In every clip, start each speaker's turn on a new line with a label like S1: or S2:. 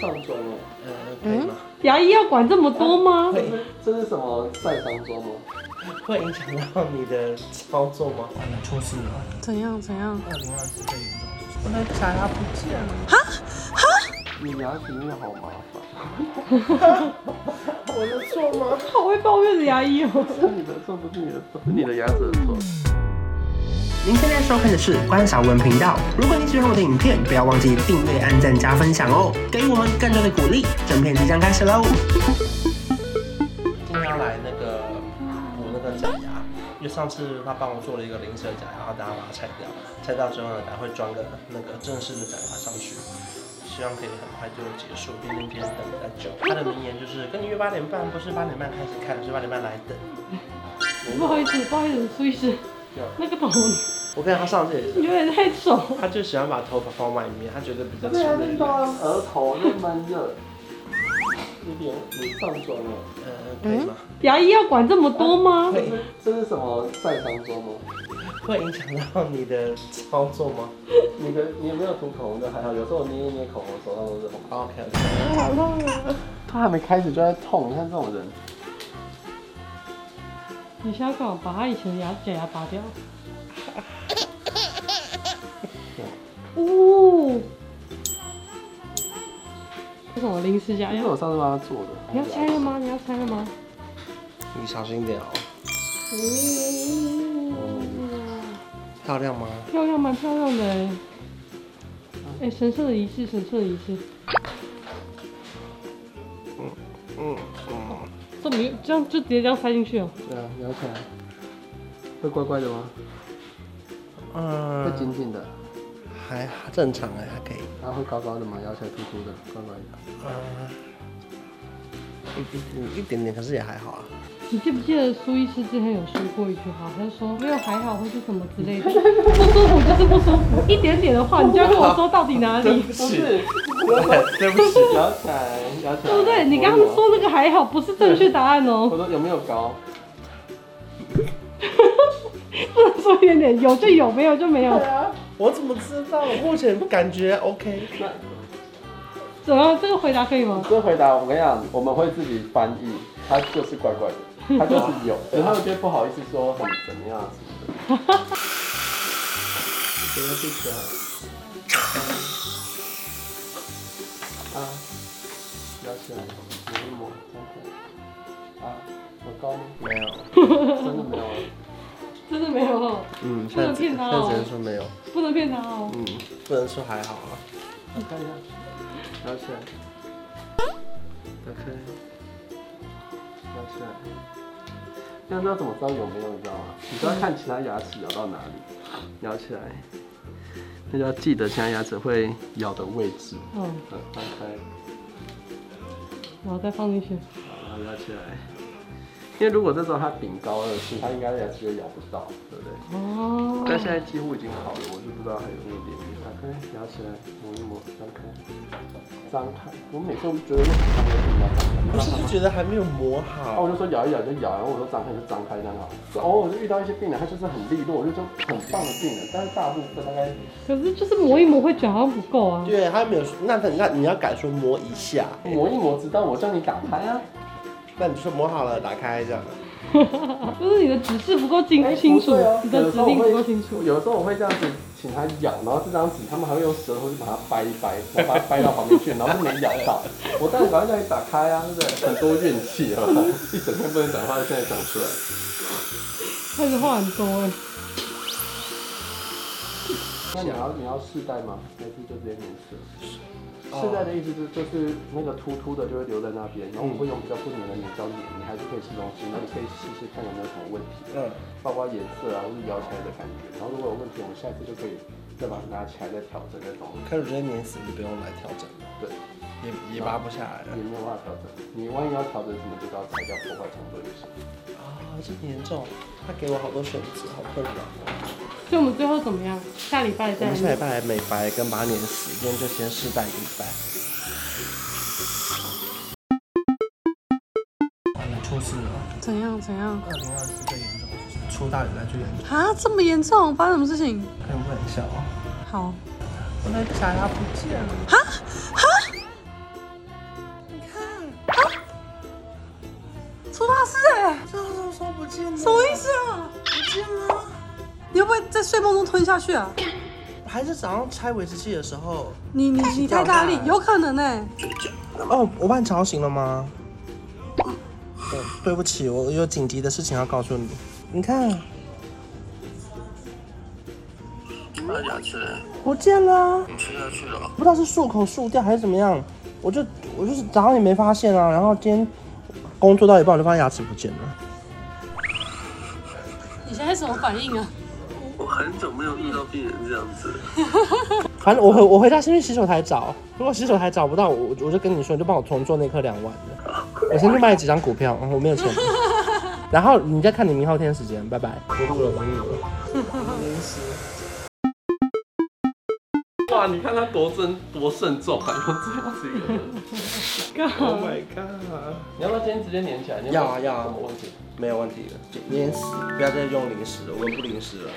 S1: 上妆哦，
S2: 呃，可以吗？
S3: 牙医要管这么多吗？
S1: 这
S2: 会
S1: 是这是什么晒伤妆吗？
S2: 会影响到你的操作吗？啊，你出事了！
S3: 怎样怎样？
S2: 二零二四被严重出事，我的假牙不见了。
S1: 你牙齿真的好麻烦，
S2: 我的错吗？
S3: 好会抱怨的牙医哦、
S1: 是你的错不是你的错，是你的牙齿的错。
S2: 您现在收看的是关少文频道。如果你喜欢我的影片，不要忘记订阅、按赞、加分享哦，给予我们更多的鼓励。整片即将开始喽！今天要来那个补那个假牙，因为上次他帮我做了一个临时的假牙，然后大家把它拆掉，拆掉之后呢，还会装个那个正式的假牙上去。希望可以很快就结束，毕竟别人等比较久。他的名言就是跟你约八点半，不是八点半开始看，是八点半来等。
S3: 不好意思，不好意思，苏医师
S2: 有，
S3: 那个头
S2: 我看他上次也是
S3: 有点太丑。
S2: 他就喜欢把头发放外面，他觉得比较
S1: 对啊，
S2: 亲
S1: 那
S2: 密。
S1: 到额头那闷热。你脸你上妆哦，
S2: 呃，可以吗？
S3: 牙医要管这么多
S2: 啊
S3: 吗？
S1: 这
S2: 嗯
S1: 是这是什么晒伤妆吗？
S2: 会影响到你的操作吗
S1: 你的你有没有涂口红的还好，有时候我捏一捏口红，手上都是红。
S2: ？OK OK。
S1: 他还没开始就在痛，你看这种人，
S3: 你是要干嘛？把他以前的牙假牙拔掉？哦，这是我临时假
S1: 因
S3: 牙
S1: 为。我上次帮他做的。
S3: 你要拆了吗？你要拆了吗？
S2: 你小心一点哦。
S3: 嗯，
S2: 漂亮吗？
S3: 漂亮蛮漂亮的哎。哎，神圣的仪式，神圣的仪式。
S2: 嗯嗯。
S3: 这么这样就直接这样塞进去哦。
S1: 对啊，摇起来。会乖乖的吗？会紧
S2: 嗯，
S1: 紧的，
S2: 还正常哎，还可以。
S1: 然后会高高的吗？摇起来凸凸的，乖乖的。
S2: 嗯。一一点一点点，可是也还好啊。
S3: 你记不记得苏医师之前有说过一句话，他就说没有还好或是什么之类的，不舒服就是不舒服，一点点的话你就要跟我说到底哪里，
S1: 不是，
S2: 对 不起。
S1: 摇起来，摇起来。
S3: 对不对？你刚刚说那个还好不是正确答案哦、
S1: 我说有没有高？
S3: 不能说一点点，有就有，没有就没有。
S2: 我怎么知道？我目前感觉 OK。
S1: 那
S3: 怎么样这个回答可以吗？
S1: 这回答我跟你讲，我们会自己翻译，他就是怪怪的，他就是 有，然后就不好意思说很怎么样 子。
S2: 不要去讲。
S1: 啊，摇起来，抹一抹，这样可以。啊，有高吗？
S2: 没有。
S1: 真的没有啊。
S3: 真的没有哦，
S2: 嗯，
S3: 不能骗他哦
S2: 现在只能说没有。
S3: 不能骗他哦、
S2: 嗯，不能说还好啊。
S1: 我看一下，摇起来，打开，摇起来。这样知道怎么知道有没有，你知道吗？你就要看其他牙齿咬到哪里，咬起来。那就要记得其他牙齿会咬的位置。
S3: 嗯，
S1: 嗯，翻开，
S3: 然后再放进去。
S1: 然后咬起来。因为如果这时候它顶高二四，它应该牙齿就咬不到，对不对？
S3: 哦，
S1: 但现在几乎已经好了，我就不知道还有没有点点。打开，摇起来，抹一抹，张开，张开。我每次都觉得那张开怎么
S2: 不是就觉得还没有磨
S1: 然后
S2: 好
S1: 哦我，就说咬一咬就咬，然后我说张开就张开这样好。偶尔就遇到一些病人，他就是很利落，我就说很棒的病人，但是大部分大概
S3: 可是就是磨一磨会觉得好像不够啊。
S2: 对，他没有说，那那那你要改说磨一下，
S1: 磨一磨，直到我叫你打开啊。
S2: 那你说磨好了打开这样。
S3: 就是你的指示不够清
S1: 哎
S3: 清楚
S1: 不对哦，
S3: 你的指令不够清楚。
S1: 有的时候我会这样子请他咬，然后这张纸他们还会用舌头去把它掰一掰，然后把它掰到旁边去，然后就没咬 到。我当然赶快叫你打开啊，对不对？很多怨气啊， 一整天不能讲话，现在讲出来。
S3: 开始话很多哎、
S1: 那你要你要试戴吗？还是就直接免试？试戴的意思就是就是那个凸凸的就会留在那边，然后我会用比较不粘的粘胶粘，你还是可以吃东西，那你可以试试看有没有什么问题。
S2: 嗯，
S1: 包括颜色啊，或是咬起来的感觉。然后如果有问题，我们下次就可以再把它拿起来再调整再弄。
S2: 可是我觉得粘死你不用来调整，
S1: 对，
S2: 也也拔不下来了
S1: 也。没有办法调整。你万一要调整什么，就是要拆掉破坏重做就行。
S2: 啊，这么严重，他给我好多选择，好困扰。
S3: 所以我们最后怎么样？下礼拜
S2: 我
S3: 再
S2: 们下礼拜美白跟把它粘死，今天就先试戴一个礼拜。啊，你出事了！
S3: 怎样怎样？
S2: 二零二四最严重，出大以来最严重，
S3: 啊，这么严重？发生什么事情？
S2: 开不玩笑啊！
S3: 好，
S2: 我的假牙不见了。
S3: 啊在睡梦中吞下去啊？
S2: 还是早上拆维持器的时候，
S3: 你你你太大力
S2: 掉，下来
S3: 有可能哎、
S2: 哦，我把你吵醒了吗？对，对不起，我有紧急的事情要告诉你。你看，
S1: 那牙齿
S2: 不见了，啊
S1: 你吃下去了，
S2: 不知道是漱口漱掉还是怎么样，我就我就是早上也没发现啊，然后今天工作到一半我就发现牙齿不见了。
S3: 你现在什么反应啊？
S1: 我很久没有遇到病人这样子。
S2: 反正我回我回家先去洗手台找，如果洗手台找不到，我我就跟你说，你就帮我重做那颗两万的，我先去卖几张股票，嗯我没有钱。然后你再看你明后天时间，拜拜。
S1: 不录了，不录了。哇，你看他多慎多慎重，还用这样子一个人。Oh my god！你要不要今天直接粘起来？你
S2: 要啊要啊
S1: 什么问题？
S2: 没有问题的，粘死，不要再用零食了，我们不零食了。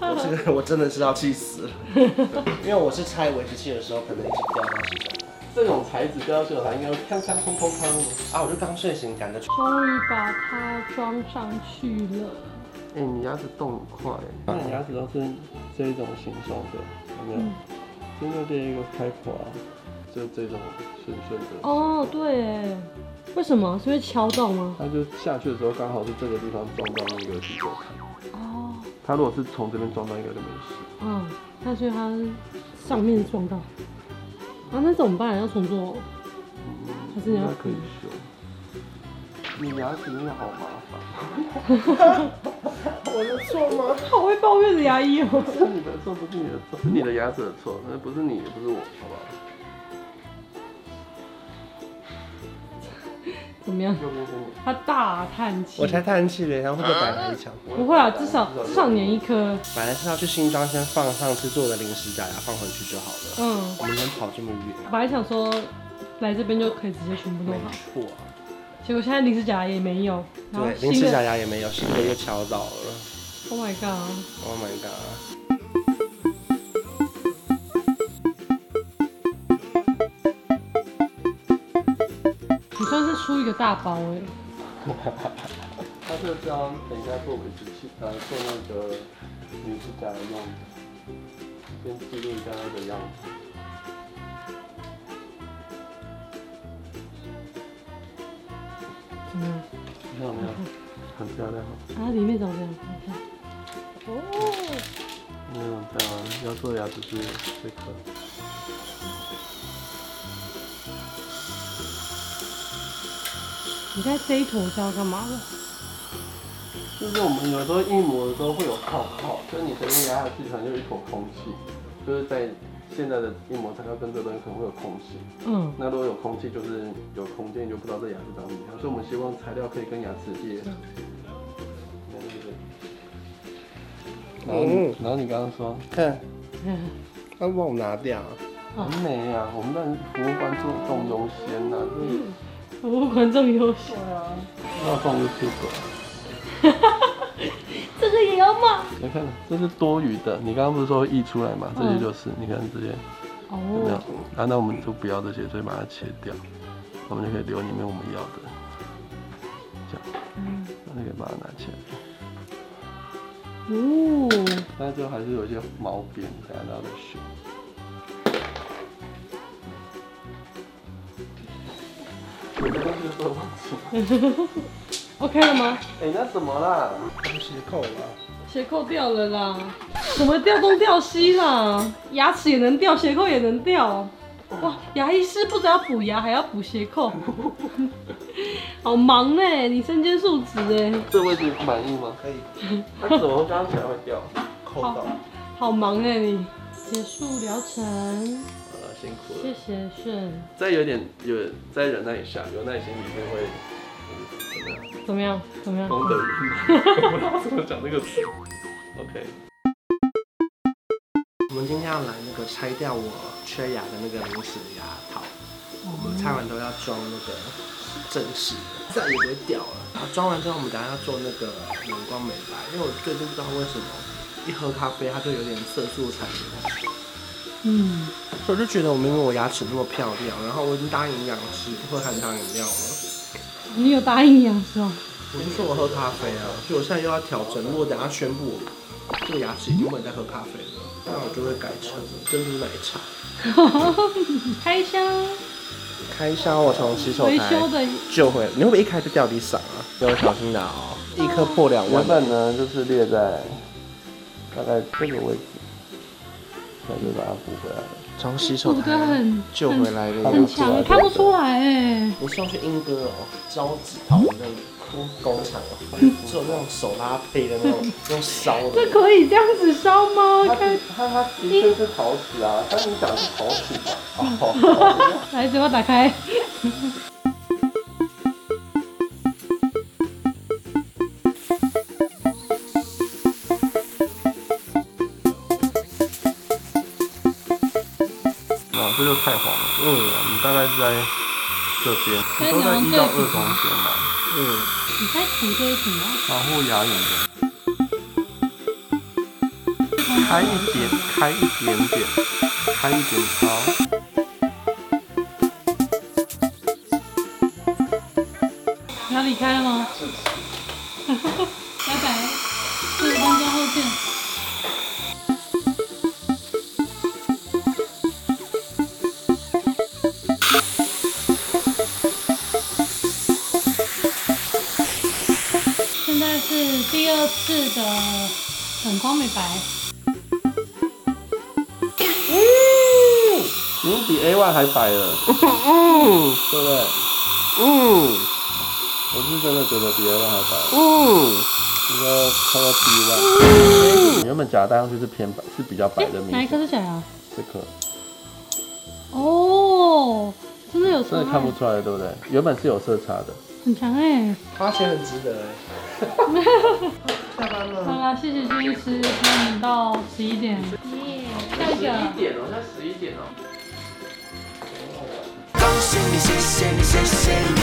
S2: 我这个我真的是要气死了，因为我是拆维持器的时候，可能一直掉到洗手台。
S1: 这种材质掉下去，它应该会锵锵砰砰砰。
S2: 啊，我就刚睡醒，赶着去。
S3: 终于把它装上去了。
S1: 哎、你牙齿动很快，那
S2: 嗯
S3: 嗯
S1: 你牙齿都是这一种形状的，有没有？真的这一个开口啊，就这种顺顺的。
S3: 哦，对哎，为什么？是因为敲到吗？
S1: 它就下去的时候刚好是这个地方撞到那个机构坎，
S3: 哦，
S1: 它如果是从这边撞到应该就没事。
S3: 嗯，那所以它上面撞到。啊，那怎么办？要重做哦？还是你
S1: 应
S3: 啊要
S1: 该可以修。你牙齿真的好麻烦，
S2: 我的错吗？
S3: 好会抱怨的牙医哦。
S1: 是你的错不是你的错，是你的牙齿的错，那不是你也不是我，好不好？
S3: 怎么样？
S1: 右边是你。
S3: 他大叹气。
S2: 我才叹气嘞，然后会被白白一枪。
S3: 不会啊，至少至少粘一颗。
S2: 本来是要去新庄先放上次做的零食假牙，放回去就好了。
S3: 嗯，
S2: 我们能跑这么远？
S3: 我本来想说来这边就可以直接全部
S2: 没
S3: 弄好，
S2: 错，
S3: 结果现在临时假牙也没有，然后
S2: 对，
S3: 新
S2: 零食
S3: 的
S2: 假牙也没有，新的又敲到了。
S3: Oh my god！
S2: Oh my god！
S3: 你算是出一个大包哎、
S1: 它这张等一下做维持器，呃，做那个女主角的用的，先记录一下那个样子。
S3: 怎么样？
S1: 你看到没有？很漂亮。
S3: 啊，里面长这样，你看。哦，
S1: 没有很漂亮，要做的牙齿是这颗。
S3: 你看这一坨是要干嘛的？
S1: 就是我们有时候硬磨的时候会有泡泡，就是你前面牙齿可能就一口空气，就是在现在的硬磨材料跟这东西可能会有空气。
S3: 嗯，
S1: 那如果有空气，就是有空间，你就不知道这牙齿长什么样。所以我们希望材料可以跟牙齿接。然后你
S2: 嗯，
S1: 然后你刚刚说
S2: 看，
S3: 哎
S2: 他帮我拿掉。
S1: 很美啊，我们让服务观众重优先呐、啊，
S3: 服务观众优秀，
S1: 这要放就去走。
S3: 这个也要骂。
S1: 你看，这是多余的。你刚刚不是说溢出来嘛？这些就是，你看这些有没有
S3: 哦，？
S1: 啊，那我们就不要这些，所以把它切掉，我们就可以留里面我们要的。这样，那就可以把它拿起来。
S3: 哦，
S1: 但是就还是有一些毛边，等下要再修。有的东西都忘记。
S3: ，OK 了吗？
S1: 哎、那怎么啦？
S2: 鞋扣了，
S3: 鞋扣掉了啦，什么掉东掉西啦，牙齿也能掉，鞋扣也能掉。哇，牙医师不只要补牙，还要补鞋 扣，好忙呢、你身兼数职哎，
S1: 这位置满意吗？
S2: 可以
S1: 那怎么刚刚起来会掉？
S2: 扣
S3: 到
S2: 到。
S3: 好忙哎、你。结束疗程，
S1: 好了，辛苦
S3: 谢
S1: 了。
S3: 谢顺，
S1: 再有点有再忍耐一下，有耐心一定会嗯怎么样？
S3: 怎么样？怎么
S1: 功
S3: 样？
S1: 德 圆满。我不知道怎么讲这个词。OK，
S2: 我们今天要来那个拆掉我缺牙的那个临时牙套，我们拆完之后要装那个正式的，再也不会掉了。然后装完之后，我们等一下要做那个冷光美白，因为我最近不知道为什么一喝咖啡它就有点色素残留，
S3: 嗯，
S2: 所以我就觉得我明明我牙齿那么漂亮，然后我已经答应营养师喝含糖饮料了，
S3: 你有答应杨是吧？
S2: 啊我就说我喝咖啡啊，所以我现在又要调整，如果等一下宣布我这个牙齿已经不能再喝咖啡了，那我就会改成珍珠奶茶。
S3: 开箱
S2: 开销我从
S1: 啊
S2: 洗手
S3: 维修
S2: 台
S3: 的
S2: 救回来，你会不会一开就掉地上啊？要小心拿哦，一颗破两
S1: 原
S2: 万。
S1: 本呢就是列在大概这个位置，那就把它补回来了。
S2: 从洗手
S3: 补得
S2: 台
S3: 很
S2: 救回来的
S3: 很
S2: 牙
S1: 很
S2: 齿。
S3: 强，看不出来哎。
S2: 你是要去英歌哦，招纸头那种工厂哦，只有那种手拉胚的那种，用烧的。
S3: 这可以这样子烧吗？
S1: 它
S3: 看
S1: 的，它它的确是陶瓷啊，但你讲是陶土吧？哦，
S3: 来，嘴巴打开。
S1: 哇，哦这就太黄了。嗯，你大概是在这边，
S3: 你
S1: 你都
S3: 都
S1: 在
S3: 在一
S1: 一
S3: 到
S1: 到
S3: 二
S1: 二
S3: 中
S1: 中间嘛，
S2: 嗯，
S3: 你在涂这一层啊？
S1: 保护牙龈的。开一点，开一点点，开一点，好。
S3: 你要离开了吗？拜拜，四十分钟后见。现在是第二次的冷光美白，
S1: 已经比 A Y 还白了，嗯，对不对？嗯，我是真的觉得比 A Y 还白。嗯，应该超过 B Y。原本假的戴上去是偏白，是比较白
S3: 诶
S1: 的明
S3: 哪一颗
S1: 显。
S3: 是假牙？
S1: 这颗
S3: 哦，真的有差、
S1: 真的看不出来，对不对？原本是有色差的。
S3: 很强哎、
S2: 花钱很值得哎。下班
S3: 好
S2: 了，
S3: 啦，谢谢薛医师，那我们到十一点。下一个。
S1: 点哦，现在十一点哦。
S4: 恭喜你，谢谢你，谢谢你。